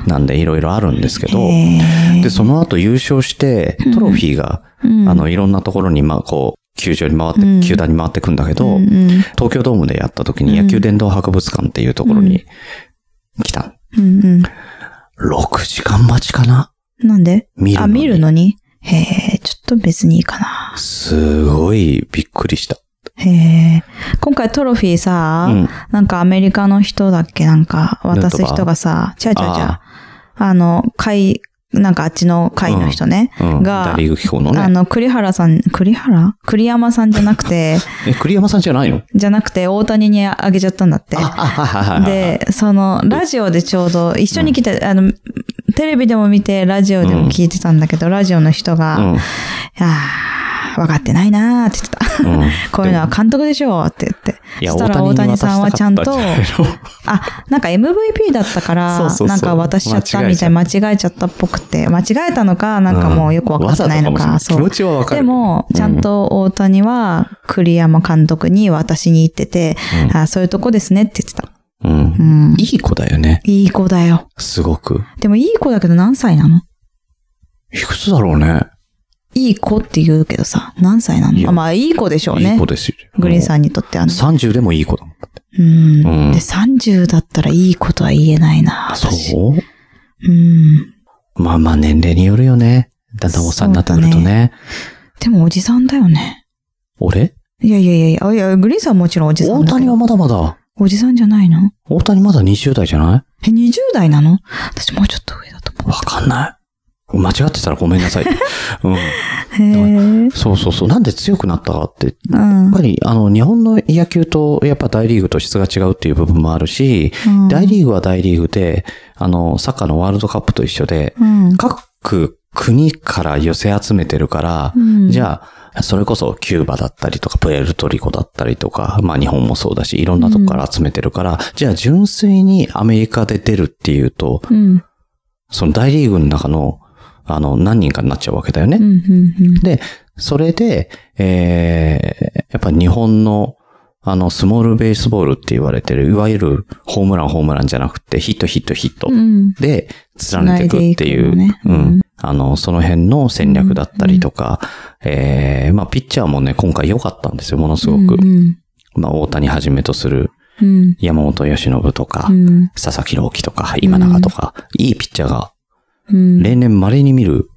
A: なんで、いろいろあるんですけど、
B: へー
A: で、その後優勝して、トロフィーが、
B: うん
A: あの、いろんなところに、まあ、こう、球場に回って、
B: うん
A: 球団に回ってくんだけど、
B: うんうん
A: 東京ドームでやった時に野球殿堂博物館っていうところに来た。
B: うんうん
A: 6時間待ちかな
B: なんで
A: 見るの
B: あ、
A: に
B: 見るのにへえ、ちょっと別にいいかな。
A: すごいびっくりした。
B: へえ。今回トロフィーさ、
A: うん
B: なんかアメリカの人だっけなんか渡す人がさ、ちゃうちゃうちゃう。あの、会、なんかあっちの会の人ね。
A: うん。
B: が
A: ダリーグ機構の
B: あ
A: ね。
B: の、栗原さん、栗原栗山さんじゃなくて、
A: え、栗山さんじゃないの
B: じゃな くて大谷にあげちゃったんだって。
A: あ、あはいはいはいはい。
B: で、その、ラジオでちょうど、一緒に来て、あの、テレビでも見て、ラジオでも聞いてたんだけど、ラジオの人が、
A: うん
B: ああ、分かってないなーって言ってた。
A: うん
B: こういうのは監督でしょうって言って。
A: いや、
B: そしたら大
A: 大谷
B: 谷
A: に渡
B: さんは
A: し
B: ちゃん
A: たか
B: と
A: っ、たんじゃないの
B: あ、なんか MVP だったから、
A: そうそうそう
B: なんか渡しちゃったみたい、間
A: 間
B: 違えちゃったっぽくて、間違えたのか、なんかもうよく分かってないの
A: うん
B: か、
A: わざと
B: そ
A: か
B: う
A: も。しれない気持ちはわかる。
B: でも、ちゃん
A: う
B: と大谷は栗山監督に渡しに行ってて、あそういうとこですねって言ってた。
A: うん、
B: うん。
A: いい子だよね。
B: いい子だよ。
A: すごく。
B: でもいい子だけど何歳なの
A: いくつだろうね。
B: いい子って言うけどさ、何歳なの
A: いや
B: あまあいい子でしょう
A: い
B: ね
A: い子。ですよ。
B: グリーン
A: ん。
B: さんにとってあの、
A: 30でもいい子だもん。
B: うん。
A: うん
B: で、30だったらいいことは言えないな、私。う。
A: そう
B: うん。
A: まあまあ年齢によるよね。だんだんおっさんになってくると
B: そうだ
A: ね。
B: でもおじさんだよね。
A: 俺
B: いやいやいやいやあ、いや、グリーンさんはもちろんおじさん
A: 大
B: だけ
A: 谷
B: ど。
A: はまだまだ。
B: おじさんじゃないの
A: 大谷まだ20代じゃない
B: え、20代なの私もうちょっと上だと思
A: わかんない。間違ってたらごめん なさい。うん。
B: う。へえ。
A: そうそうそう。なんで強くなったかって、
B: う
A: や
B: ん
A: っぱ。り、あの、日本の野球と、やっぱ大リーグと質が違うっていう部分もあるし、
B: うん
A: 大リーグは大リーグで、あの、サッカーのワールドカップと一緒で、
B: うん。
A: 各国から寄せ集めてるから、
B: うん
A: じゃあ、それこそキューバだったりとか、プエルトリコだったりとか、まあ日本もそうだし、いろんなとこから集めてるから、じゃあ純粋にアメリカで出るっていうと、
B: うん。
A: その大リーグの中の、あの、何人かになっちゃうわけだよね。
B: うん。うん。
A: で、それで、えー、やっぱ日本の、あの、スモールベースボールって言われてる、いわゆるホームランホームランじゃなくて、ヒットヒットヒット
B: うん。
A: で、連ねていくっていう、
B: 繋いでいく
A: う
B: のねうん
A: ん。あの、その辺の戦略だったりとか、えー、まあ、ピッチャーもね、今回良かったんですよ、ものすごく。
B: うん。
A: まあ、大谷はじめとする
B: うん。
A: 山本由伸とか、
B: うん。
A: 佐々木朗希とか、今永とか、いいピッチャーが
B: うん。
A: 例年稀に見る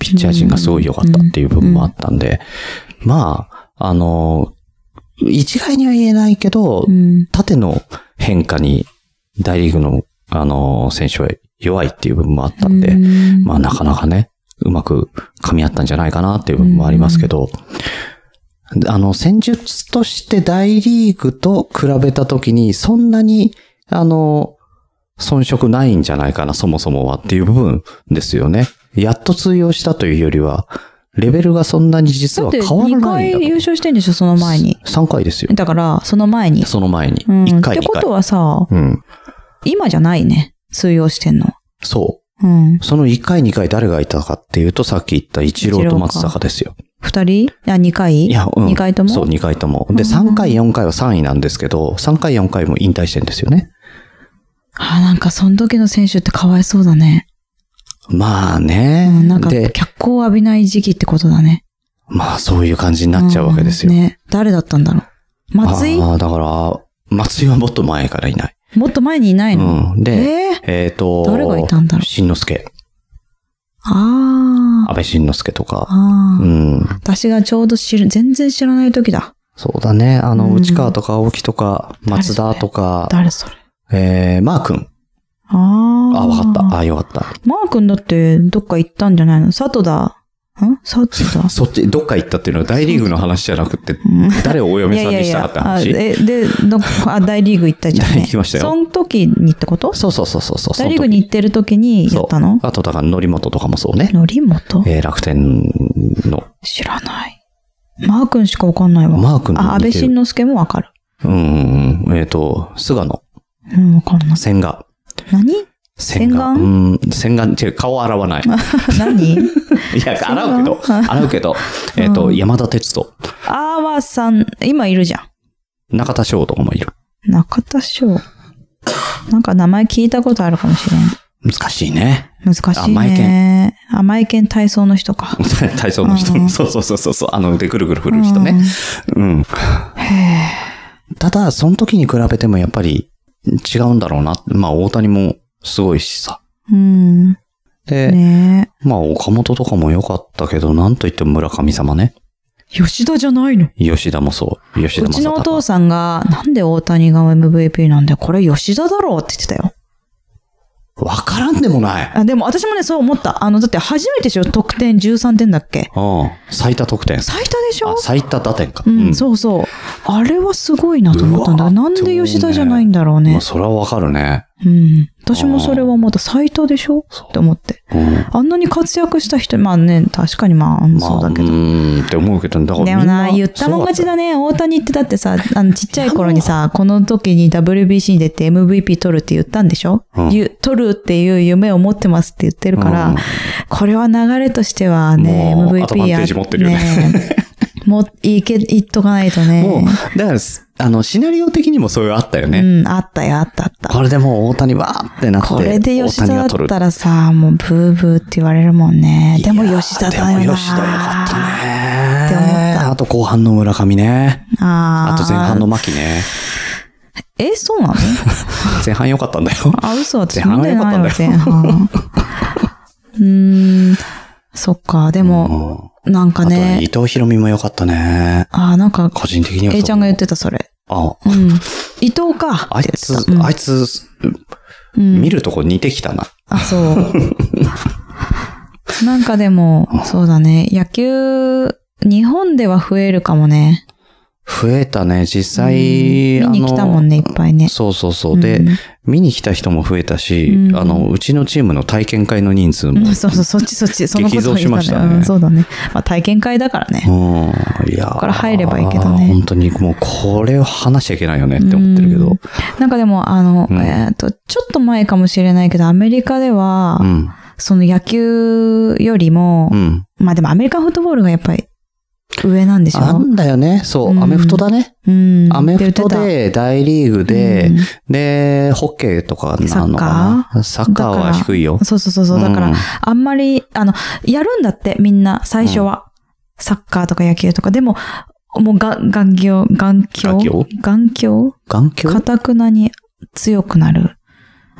A: ピッチャー陣がすごい良かったっていう部分もあったんで、まあ、あの、一概には言えないけど
B: う、ん。
A: 縦の変化に大リーグのあの、選手は弱いっていう部分もあったんで、
B: うん
A: まあなかなかね、うまく噛み合ったんじゃないかなっていう部分もありますけど、あの、戦術として大リーグと比べたときに、そんなに、あの、遜色ないんじゃないかな、そもそもはっていう部分ですよね。やっと通用したというよりは、レベルがそんなに実
B: だ
A: は
B: って
A: 変わら
B: 2
A: ないんだ
B: 回優勝してんでしょ、その前に。
A: 3回ですよ。
B: だから、その前に。
A: その前に。
B: うん。
A: 1
B: っ
A: 回、
B: て
A: 2
B: こ
A: 回
B: と。はさ、
A: うん。
B: 今じゃないね。通用してんの。
A: そ
B: うん。
A: う。その1回、2回誰がいたかっていうと、さっき言った一郎と松坂ですよ。
B: 二人あ、二回
A: いや、うん。
B: 二回とも
A: そう、2回とも。で、3回、4回は3位なんですけど、3回、4回も引退してんですよね。
B: あ、なんかその時の選手ってかわいそうだね。
A: まあ
B: う
A: ね。
B: ん、なんか脚
A: で、
B: 光を浴びない時期ってことだね。
A: まあそういう感じになっちゃうわけですよ。
B: うんね。誰だったんだろう。松井
A: ああ、だから、松井はもっと前からいない。
B: もっと前にいないの、
A: うん。で、
B: ええ
A: えっ、と、
B: 誰がいたんだろう
A: 新之助。
B: あ
A: 安倍晋之助と
B: あ。
A: か。
B: ああ、
A: うん。
B: 私がちょうど知る、全然知らない時だ。
A: そうだね。あ
B: う
A: の、
B: ん
A: 内川とか青木とか、松田とか、
B: 誰それ。
A: えー、マー君。
B: ああ。
A: あ、わかった。あ。あ、よかっ
B: マー君だってどっか行ったんじゃないの佐藤だ。ん佐藤 だ
A: た。。そっち、どっか行ったっていうのは大リーグの話じゃなくて、
B: うん
A: 誰をお
B: い
A: 嫁
B: や
A: さん
B: いや
A: に
B: い
A: したか
B: や
A: っ、て
B: あ
A: 話。
B: え、で、どっ か、あ、大リーグ行ったじゃん、ね。
A: 行きましたよ
B: その時にってこと
A: そうそうそうそうそう。
B: 大リーグに行ってる時にやったの
A: あとだから、則本とかもそうね。
B: のりもと
A: えー楽天の、
B: 知らない。マー君しかわかんないわ。
A: マー君に似てる
B: あ、安倍晋之助もわかる。
A: うんうんうん、えっ、と、菅野、
B: うん、わかんない。
A: 千賀。
B: 何
A: 千賀
B: 千賀
A: うん、千賀、違う、顔洗わない。
B: 何
A: いや、洗うけ ど、
B: 千
A: 洗うけど、えっ、と、
B: うん
A: 山田哲人、
B: あわさん、今いるじゃ
A: 中田翔とかもいる。
B: ん。中田翔。なんか名前聞いたことあるかもしれん。
A: 難しいね。
B: 難しい
A: 甘い
B: ね。甘い剣体操の人か。
A: 体操の人
B: うんう、ん
A: そうそうそうそうそう、あの腕ぐるぐる振る人ね。うん。
B: うん。へ
A: ただ、その時に比べてもやっぱり違うんだろうな。まあ、大谷もすごいしさ。
B: え。うん。
A: で、
B: ね
A: まあ、岡本とかも良かったけど、なんといっても村神様ね。
B: え。吉田じゃないの
A: 吉田もそう。吉田
B: う
A: も
B: ちのお父
A: さ
B: さんが、なんで大谷が MVP なんだよ。これ吉田だろうって言ってたよ。
A: ん。わからんでもない。
B: あでも私もね、そう思った。あの、だって初めてでしょ得点13点だっけ
A: うん。最多得点。
B: 最多でしょ
A: あ、最多打点か。
B: うん、そうそう。あれはすごいなと思ったんだ
A: う
B: け
A: わ
B: ど、なんで吉田じゃないんだろうね
A: まあ、。それはわかるね。
B: うん。私もそれは思った。最多でしょ
A: そう
B: って思って。
A: うん。
B: あんなに活躍した人、まあね、確かにまあ、うん
A: まあ、
B: そうだけ
A: う
B: ど。
A: ーんって思うけど、だからみ
B: で
A: ん
B: もな、
A: な
B: 言ったもん勝ち
A: だ。
B: だね。大谷ってだって さ、あの、ちっちゃい頃にさ、この時に WBC に出て MVP 取るって言ったんでしょ、
A: うん
B: ゆ取るっていう夢を持ってますって言ってるから、
A: うん
B: これは流れとしてはね、
A: もう
B: MVP
A: アドバンテー
B: や
A: ジ持ってるよね
B: ね もう、いけ、いっとかないと
A: も
B: ね。
A: う、だから、あの、シナリオ的にもそういうのあったよね。
B: うん、あったよ、あったあった。
A: これでもう大谷わーってなって、
B: これで吉田だ
A: 大谷が
B: っ
A: 取る。
B: たらさ、もうブーブーって言われるもんね。でも吉田だよな。
A: でも吉田よかったね。
B: って思った
A: あと後半の村上ね。
B: あー
A: あと前半の牧ね。
B: え、そうなの
A: 前半良かったんだよ。
B: あ、嘘、私
A: 前半は
B: 見て
A: 良か
B: な
A: っ
B: い
A: た
B: わ
A: ん、だよ
B: 前半。うーん、そっか、でも、
A: うん
B: なんか
A: あと
B: ね、
A: 伊藤博美も良かったね。
B: あーなんか、
A: 個人的にはそう。
B: A ちゃんが言ってた、それ。
A: あ、
B: うん。伊藤か。
A: あいつ、あいつ、
B: うん
A: 見るとこ似てきたな。
B: あ、そう。 なんかでも、そうだね。野球、日本では増えるかもね。
A: 増えたね、実際。
B: うん見に来たもんね、いっぱい
A: あの
B: ね。
A: そうそうそう。で、
B: うん
A: 見に来た人も増えたし、
B: うん
A: あの、うちのチームの体験会の人数も。
B: うんそうそう、そっちそっち、そのことを言
A: 激増しま
B: っ
A: したた
B: ね。
A: ね
B: うん、そうだね。まあ体験会だからね。
A: うん。いやー
B: ここから入ればいいけどね
A: 本当にもうこれを話しちゃいけないよねって思ってるけ
B: う
A: ど
B: ん。なんかでも、あの、
A: うん
B: えーっと、ちょっと前かもしれないけど、アメリカでは、
A: うん。
B: その野球よりも、
A: うん。
B: まあでもアメリカンフットボールがやっぱり上なんでしょ
A: なんだよね。そうう、
B: ん
A: アメフトだね。
B: うん。
A: アメフト
B: って言って
A: で、大リーグ
B: た
A: で
B: うん、
A: で、ホッケーとかなのかな。サッカーは低いよ。
B: そうそうそうそう。だから、
A: うん
B: あんまり、あの、やるんだって、みんな、最初は。サッカーとか野球とか。でも、もうが、眼鏡、眼鏡
A: 眼
B: 眼鏡
A: 眼鏡
B: かたくなに強くなる。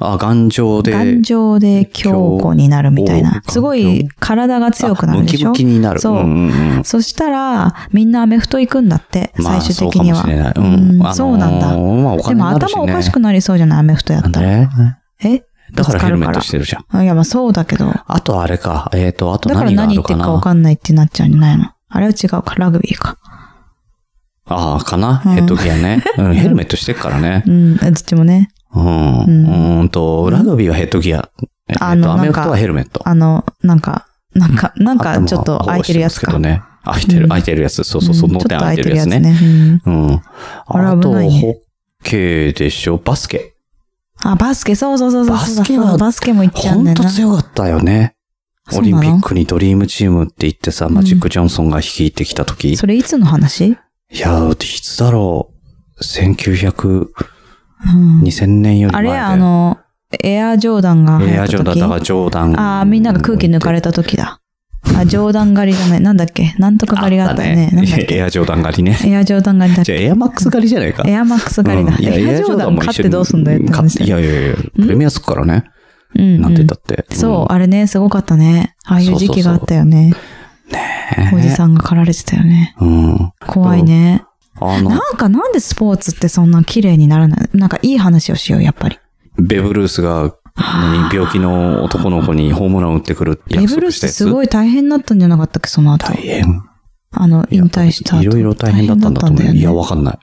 A: あ、頑丈で。
B: 頑丈で強固になるみたい
A: お
B: な。
A: う
B: すご
A: 頑
B: い
A: 丈
B: 体が強くなるでし
A: あ
B: ょ
A: ムキムキになる。
B: そうん
A: んん
B: そしたら、みんなアメフト行くんだって、
A: まあ
B: 最終的には。
A: そうかもしれない。
B: うん
A: あのー
B: そうなんだ
A: まあお
B: で
A: 金に
B: も
A: なるし、ね。
B: 頭おかしくなりそうじゃないアメフトやったら。
A: ね。
B: え
A: だからヘルメッ
B: ぶ
A: ト
B: つ
A: して
B: かる
A: るじゃん。
B: からいや、まあそうだけど。だ
A: あとあれか。えっ、と、あと
B: から
A: 何があ
B: 何言
A: る
B: っ
A: か
B: てる
A: な。
B: かわかんないってなっちゃうんじゃないのあれは違うか、ラグビーか。
A: ああ、かな、
B: うん
A: ヘッドギアね。うん、 ヘルメットしてっからね
B: う。ん、えどっちもね。
A: うん。う
B: うん
A: ーんと、ラグビーはヘッドギア。えっ、
B: あ
A: と、
B: の
A: アメフト
B: なん
A: は
B: か
A: ヘルメット。
B: あの、なんか、なんか、なんか
A: 頭
B: ちょっと空いてるやつか。
A: こうしてますけどね。空いて
B: う
A: る、
B: ん
A: 空いてるやつ。そうそうそう、
B: ん
A: 脳
B: ちょ
A: 天
B: っと
A: 空いてるやつ
B: 空い
A: ね。
B: うん
A: うん。
B: あれ
A: あ
B: 危
A: と、ホ
B: ないね
A: ッケーでしょ。バスケ。
B: あ、バスケ、そうそうそうそうそう。
A: バスケは
B: バスケも行っちゃう
A: ほ
B: んだ
A: ん
B: よ
A: と
B: な。
A: 強かったよね。
B: そ
A: オ
B: うな
A: リ
B: の
A: ンピックにドリームチームって言ってさ、マジック・ジョンソンが率いてきた時、
B: それいつの話
A: いや、いつだろう。1900、
B: うん。
A: 2000年より
B: あ
A: 前
B: れ
A: だよ。
B: や、あの、エアジョーダンが流
A: エ
B: 行
A: ア
B: った
A: ジョーダン、
B: 時
A: だからジョーダン。
B: ああ、みんなが空気抜かれた時だ。あ、ジョーダン狩りじゃない。なんだっけなんとか狩りがあったよね。なんだっ
A: エ
B: け
A: アジョーダン狩りね。
B: エアジョーダン狩りだっ
A: じゃあ
B: け
A: エアマックス狩りじゃないか。
B: エアマックス狩りだ
A: う。んいや
B: エアジョーダン
A: も一緒に
B: 勝ってどうすんだよって
A: 勝っ
B: 話
A: て
B: だ
A: い
B: よ。
A: やいやいや、プレミアつくからね。
B: うんうん
A: なんて言ったって。
B: そう、あれね、すごかったね。ああいう時期があったよね。おじさんが狩られてたよね。
A: うん。うん。
B: 怖いね。
A: あの、
B: なんかなんでスポーツってそんな綺麗にならないなんかいい話をしよう、やっぱり。
A: ベブルースが、何病気の男の子にホームランを打ってくる
B: ベ
A: 約
B: ブル
A: 束
B: ー
A: したや
B: ス
A: つ。
B: すごい大変だったんじゃなかったっけ、その後
A: 大。変。
B: あの、引退した後。
A: いろいろ大変だったんだと思う。いや、わかんない。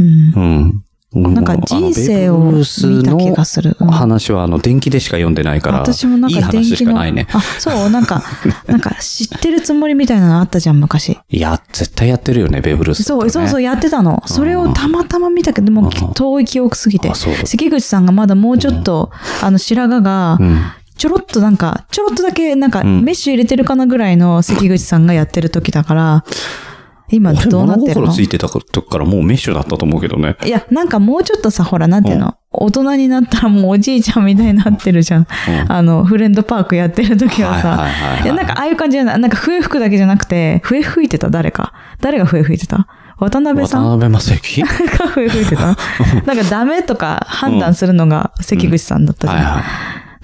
B: うん
A: うん。
B: なんか人生を見た気がする。うん
A: 話は、あの、電気でしか読んでないから、
B: 私もなん
A: いい
B: か電
A: 話し
B: 気
A: か
B: の。
A: ないね。
B: あ、そう、な んか、なんか知ってるつもりみたいなのあったじゃん、昔。
A: いや、絶対やってるよね、ベブルースってね。
B: そう、そうそう、やってたの。それをたまたま見たけど、もう遠い記憶すぎて
A: あそう。
B: 関口さんがまだもうちょっと、あの、白髪が
A: う、ん。
B: ちょろっとなんか、ちょろっとだけ、なんか、
A: ん
B: メッシュ入れてるかなぐらいの関口さんがやってる時だから、今
A: 俺
B: どうなって
A: 物
B: るの
A: 心ついてた時からもうメッシュだったと思うけどね。
B: いや、なんかもうちょっとさ、ほら、なんていうの、大人になったらもうおじいちゃんみたいになってるじゃん。あの、フレンドパークやってる時はさ、
A: はいはいはいはい
B: や、なんかああいう感じじゃない、なんか笛吹くだけじゃなくて、笛吹いてた誰か。誰が笛吹いてた渡辺さ
A: 渡
B: ん
A: 辺正行は
B: が笛吹いてた なんかダメとか判断するのが関口さんだった
A: い
B: じゃん。
A: は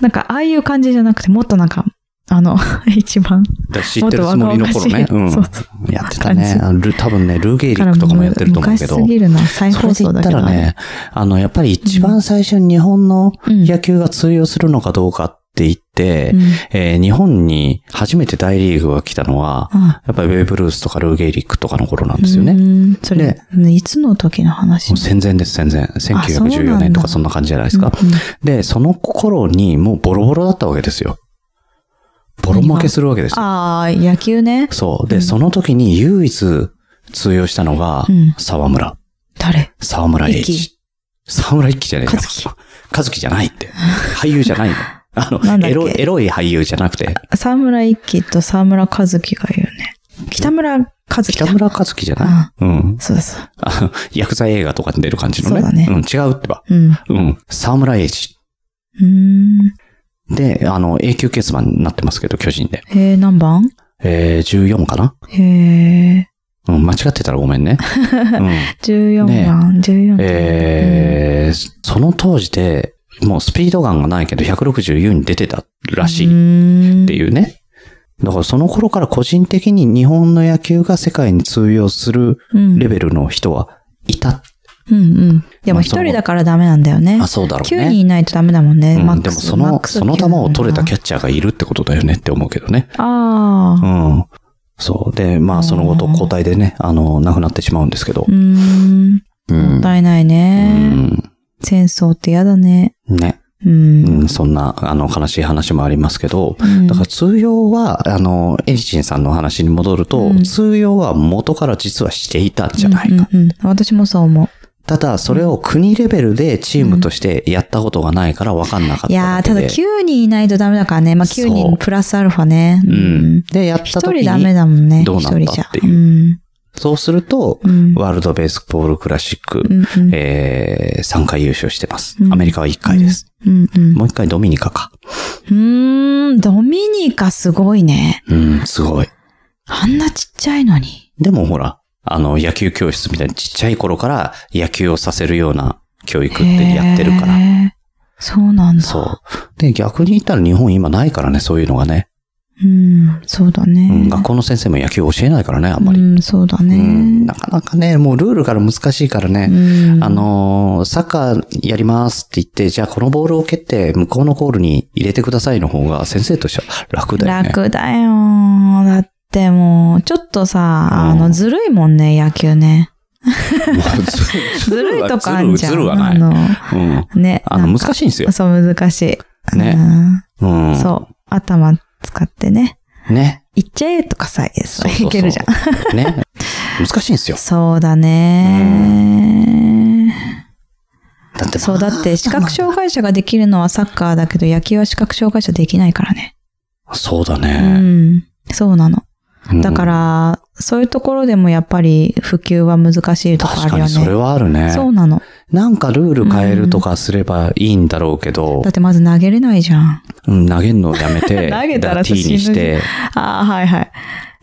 B: なんかああいう感じじゃなくて、もっとなんか、あの、 一番。
A: い。だ知ってるつもりの頃ね。う
B: もっと若々しいそうそ
A: ん。やってたね。あのル多分ね、ルーゲイリックとかもやってると思うけど。
B: 昔すぎるな、再
A: それ
B: 放
A: で言
B: 送
A: っ
B: だ
A: た
B: けど。
A: らね、あの、やっぱり一番最初に日本の野球が通用するのかどうかって言って、
B: うん
A: えー日本に初めて大リーグが来たのは、
B: うん
A: やっぱりベーブ・ルースとかルーゲイリックとかの頃なんですよね。
B: う
A: も
B: んそれ、いつの時の話
A: う戦前です、戦前。
B: そうな
A: 1914
B: んだ
A: 年とかそんな感じじゃないですか。
B: うんうん
A: で、その頃にもうボロボロだったわけですよ。ボロ負けするわけですよ。
B: ああ、野球ね。
A: そう。で、その時に唯一通用したのが
B: うん、
A: 沢村。
B: 誰
A: 沢村栄
B: 一
A: 一。沢村一樹じゃねえか。
B: 和樹
A: 和樹じゃないって。俳優じゃない の。あ
B: なん
A: の、
B: だっけ
A: エロい、エロい俳優じゃなくて、
B: 沢村一樹と沢村和樹が言うね。北村和樹だ
A: 北。村和樹じゃないうん。
B: そうです。
A: あの、薬剤映画とかに出る感じのね。
B: そうだね
A: ん、違うってば。
B: うん。う
A: うん。沢村栄一。
B: ーん。
A: で、あの、永久欠番になってますけど、巨人で。
B: えー、何番
A: えー、14かな
B: えー、
A: うん、間違ってたらごめん ね。うん。
B: 14番、14番。
A: えーその当時で、もうスピードガンがないけど164に出てたらしいっ
B: い
A: ていうね。だからその頃から個人的に日本の野球が世界に通用する
B: うん。
A: レベルの人はいた。
B: うんうん。
A: ま
B: でも
A: あ
B: 一
A: その
B: 人だからダメなんだよね
A: あ、。そうだろう
B: 9人
A: ね。
B: いないとダメだもんね。
A: う
B: マッ
A: ん、で
B: ク
A: も
B: ス。
A: そ
B: マッ
A: の、
B: クス
A: その球
B: 9
A: を取れたキ
B: ャ
A: ャッチャーがいるってことだよねって思うけどね。
B: あ
A: う
B: あ。
A: ん。そう。で、まあその後と交代でね、あの、亡くなってしまうんですけど
B: う。ーん。
A: う
B: も
A: ん
B: っ。たいないうね。
A: ん。
B: 戦争ってやだね。
A: ね。
B: う
A: うんん、。そんな、あの、悲しい話もありますけど、
B: うん
A: だから通用は、あの、エリチンさんの話に戻ると、
B: うん
A: 通用は元から実はしていたんじゃないか。
B: うんうんうん私もそう思
A: ただ、それを国レベルでチームとしてやったことがないから分かんなかっ
B: う。
A: た
B: いや
A: だ
B: ー、
A: け
B: た
A: で。
B: だ9人いないとダメだからね。まあ
A: そう
B: 9人プラスアルファね。う
A: うん。
B: ん。
A: で、やった
B: 一
A: 時
B: 人ダメ
A: に、
B: だもんね。
A: どう
B: 一
A: なんだ
B: 人
A: っ
B: じゃ。
A: ていう
B: うん。
A: そうすると、
B: うん。
A: ワールドベースボールクラシック、
B: うんうん
A: えー、3回優勝してます。
B: うん
A: アメリカは1回です。
B: うんうん。
A: もう1回ドミニカか。
B: うーん、ドミニカすごいね。
A: うん、すごい。
B: あんなちっちゃいのに。
A: でもほら、あの、野球教室みたいにちっちゃい頃から野球をさせるような教育ってやってるから。
B: へー。そうなんだ。
A: そう。で、逆に言ったら日本今ないからね、そういうのがね。
B: うん、そうだ
A: うん、
B: ね。
A: 学校の先生も野球教えないからね、あんまり。
B: うん、そうだ
A: うん、
B: ね
A: な。かかなかね、もうルールから難しいからね、
B: うん
A: あのーサッカーやりますって言って、じゃあこのボールを蹴って、向こうのゴールに入れてくださいの方が、先生としては楽だよね。
B: 楽だよ。だってもう、ちょっとさ、
A: うん
B: あの、ずるいもんね、野球ね。
A: も うず
B: ずるいとかあんじゃん。
A: ずるはない。
B: あ
A: うん。
B: の、ね。
A: あ
B: なん
A: の、
B: か
A: 難しいんですよ。
B: そう、難しい。
A: ねう。
B: うんん。そう。頭使ってね。
A: う。ね。
B: いっちゃえとかさ、そ
A: そ
B: う
A: うそう
B: いけるじゃん。
A: ね。難しいんですよ。
B: そうだね。
A: だって、
B: そう、だって視覚障害者ができるのはサッカーだけど、野球は視覚障害者できないからね。
A: そうだ
B: う
A: ね。
B: ん。そうな
A: う
B: の。
A: ん
B: だか、ら、そういうところでもやっぱり普及は難しいとこあ
A: 確
B: る
A: か
B: よ
A: にそれ
B: ね。
A: はあるね。
B: そうなの。
A: なんかルール変えるとかすればいいんだろうけど
B: だ、ってまず投げれないじゃん。あ
A: うん、投げるのをやめて、
B: 投げたら
A: ティーにして、
B: あー、はいはい。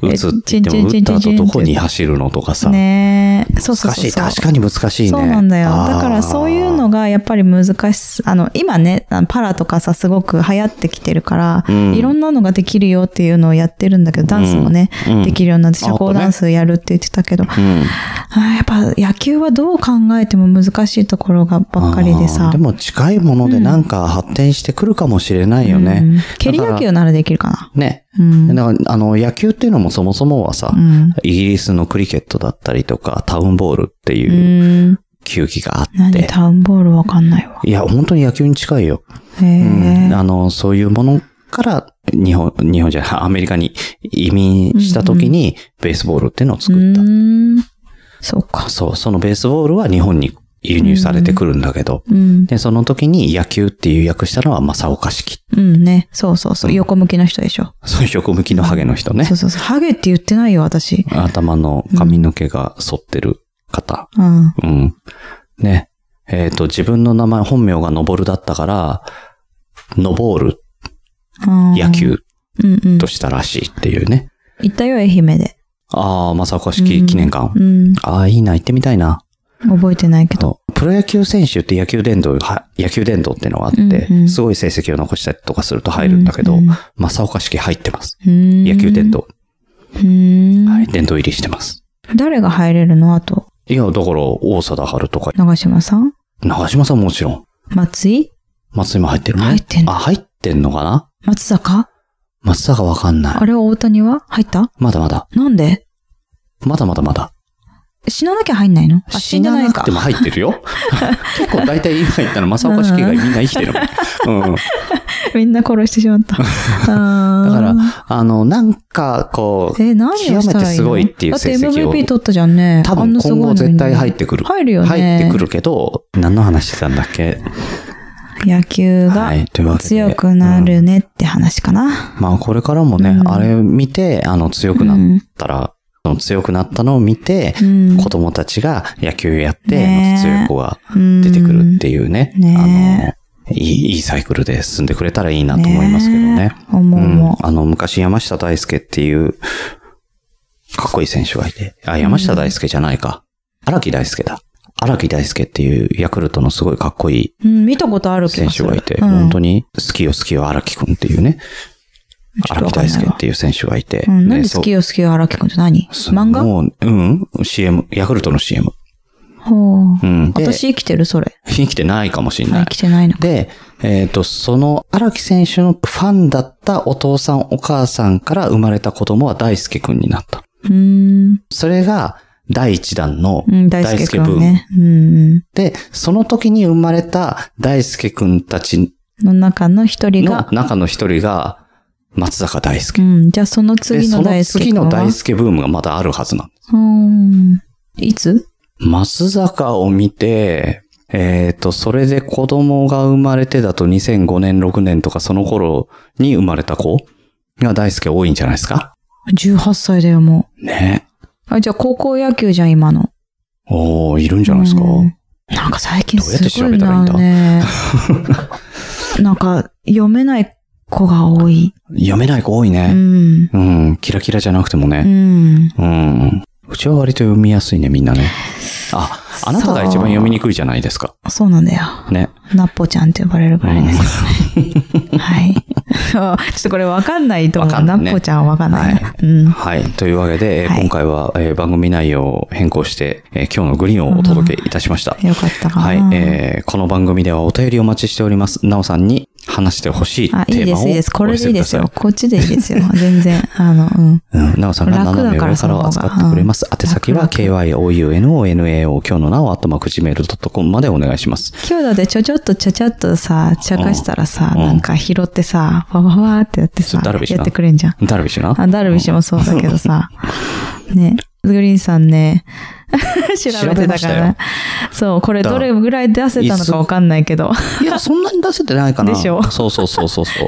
A: 打つって言っても、
B: えチ
A: 打
B: ンチンチンチン
A: っ
B: チ
A: た
B: ンチン
A: 後どこに走るのとかさ。
B: ねえ。そうそう
A: 難
B: そ
A: し
B: う
A: い。
B: そう。
A: 確かに難しいね。
B: そうなんだよ。
A: あー
B: だからそういうのがやっぱり難しす、あの、今ね、あのパラとかさ、すごく流行ってきてるから、
A: うん
B: いろんなのができるよっていうのをやってるんだけど、ダンスもね、
A: うん
B: できるようになって、
A: あ
B: 社交ダンスやるって言ってたけど、
A: うん
B: あーやっぱ野球はどう考えても難しいところがばっかりで
A: あー
B: さ
A: で、も近いものでなんか発展してくるかもしれないよね。
B: うん蹴り野球ならできるかな。
A: ね。
B: うん。
A: だから、あの、野球っていうのもそもそもはさ、
B: うん。
A: イギリスのクリケットだったりとか、タウンボールって
B: う。
A: いうん球技があっ
B: 何
A: て、
B: タウンボールわかんないわ。
A: いや、本当に野球に近いよ。
B: へ
A: うん
B: え。
A: あの、そういうものから、日本、日本じゃない、アメリカに移民した時に、ベースボールっていうのを
B: う
A: 作った。
B: ーん。そうか。
A: そう、そのベースボールは日本に輸入されてくるんだけど、
B: うん。
A: で、その時に野球っていう訳したのは正岡式。
B: うんね。そうそうそうう。
A: ん
B: 横向きの人でしょ。
A: そういう横向きのハゲの人ね
B: そ。うそうそう。ハゲって言ってないよ、私。
A: 頭の髪の毛が反ってる方。
B: うん。
A: うん。ね。えっ、と、自分の名前、本名がのぼるだったから、のぼーる
B: うん
A: 野。球
B: うんうん
A: と。したらしいっていうね。
B: 行ったよ、愛媛で。
A: ああ、正岡式記念館。
B: うん。
A: ああ、いいな、行ってみたいな。
B: 覚えてないけど。
A: そうプロ野球選手って野球殿堂、は野球殿堂ってのがあって、
B: うんうん
A: すごい成績を残したりとかすると入るんだけど、
B: うんうん
A: 正岡式入ってます。野
B: 野
A: 球殿堂。は、。
B: はい
A: 殿堂入りしてます。
B: 誰が入れるのあと、
A: いや、だから、大貞治とか、
B: 長島さん
A: 長島さんもちろん、
B: 松井
A: 松井も入ってるね。
B: 入ってん
A: あ、
B: の
A: 入ってんのかな
B: 松坂
A: 松坂わかんない
B: あ。れは大谷は入った
A: まだまだ。
B: なんで
A: まだまだまだ。
B: 死ななきゃ入んないのあ、死んでない
A: 死な
B: か
A: くて。も入ってるよ。結構大体今言ったの正岡式以外みんな生きてるもん。うん。
B: みんな殺してし まった。だ
A: だ
B: か
A: から、あの、なんか、こう、
B: え、何をしたらいいの
A: 極めてすごいっていう成績を
B: だって MVP 取ったじゃんね。
A: 多分今後絶対入ってくる。
B: 入るよね
A: 入ってくるけど、何の話してたんだっけ
B: て。野球が
A: はい、というわけで。
B: 強くな
A: うん
B: るねって話かな。
A: まあ、これからもね、
B: うん
A: あれ見て、あの、強くなったら、その強くなったのを見て、
B: うん
A: 子供たちが野球やって、
B: ねえ
A: また強い子が
B: うん
A: 出てくるっていうね、
B: うんね
A: あの、いい、いいサイクルで進んでくれたらいいなと思いますけどね。
B: え思う
A: うん
B: 思う。
A: あの、昔山下大輔っていう、かっこいい選手がいて、あ、山下大輔じゃないか。荒木大輔だ。荒木大輔っていうヤクルトのすごいかっこいい
B: うん、見たことある気
A: 選
B: がす
A: 手
B: る。
A: がいて、
B: うん
A: 本当に好きよ好きよ荒木くんっていうね、
B: ちょっと
A: 荒
B: わ
A: 木
B: かん
A: 大
B: ない
A: 輔
B: わ
A: っていう選手がいて、
B: うん、
A: で
B: なんで
A: そ
B: 好
A: う
B: きよ好きよ荒木くんって何漫画
A: もう、うん、CM、ヤクルトの CM。
B: ほう
A: うん。で、
B: 私生きてるそれ。
A: 生きてないかもしれな
B: 生
A: い。
B: きてないのか。
A: で、えっ、と、その荒木選手のファンだったお父さんお母さんから生まれた子供は大輔くんになった。
B: うーん。
A: それが第一弾の
B: うん、大
A: 大
B: 輔
A: 輔
B: く
A: ブーム。
B: んね。うん。
A: で、その時に生まれた大輔くんたち
B: の中の一人
A: の
B: が、
A: 中の一人が松坂大輔
B: う。ん。じゃあその
A: で、
B: 次
A: そ
B: の
A: の
B: 大輔
A: 次
B: くんは。
A: の大輔ブームがまだあるはずなんです。
B: うん。いつ
A: 松坂を見て、えっ、と、それで子供が生まれてだと2005年、6年とかその頃に生まれた子が大輔多いんじゃないですか
B: ?18 歳だよ、もう。
A: ね。
B: あ、じゃあ高校野球じゃん、今の。
A: おー、いるんじゃないですか。
B: うんなんか最近
A: どうやって
B: すご
A: 調べ
B: い
A: たらいいん
B: な
A: だ
B: ね。 なんか読めない子が多い。
A: 読めない子多いうね、
B: ん。
A: うん。キラキラじゃなくても
B: う
A: ね。
B: ん。
A: うん。うちは割と読みやすいね、みんなね。あ、あなたが一番読みにくいじゃないですか。
B: そうなんだよ。
A: ね。
B: ナッポちゃんって呼ばれるぐらい ですからね。はい。 ちょっとこれわかんないと思
A: わ
B: う。
A: かんな
B: ナ
A: いね
B: ッポちゃんはわかんないな
A: は。
B: うん。
A: はい。というわけで、えー
B: はい
A: 今回は、えー番組内容を変更して、えー今日のグリーンをお届けいたしました。
B: よかったかな。
A: はい、えー、この番組ではお便りお待ちしております。なおさんに話してほしいテ
B: あ、いい
A: ー
B: で
A: マを
B: す、いいです。こ
A: お寄
B: れでい
A: せく
B: いで
A: だ
B: す
A: さい
B: よ。。こっちでいいで すよ。全然。あの、うん。
A: うん、なおさんが
B: 楽だ
A: 斜め
B: から
A: 上からを扱ってくれます。宛先は kyounonao 今日のなお、あとまくじめる .com までお願いします。
B: 今日だってちょちょっとちゃちゃっとさ、ちゃかしたらさ、
A: うん
B: なんか拾ってさ、わわわってやって
A: そ
B: さ
A: れ、ダルビッシュな
B: やってくれんじゃん。
A: ダルビッシュな
B: あ、ダルビッシュもそうだけど さ、ね、グリーンさんね、 調べて
A: 調べま
B: た
A: し
B: か
A: た
B: ら
A: よ
B: ね。そう、これどれぐらい出せたのかわかんないけど。
A: いや、そんなに出せてないかな。
B: でしょ
A: そうそうそうそうそう。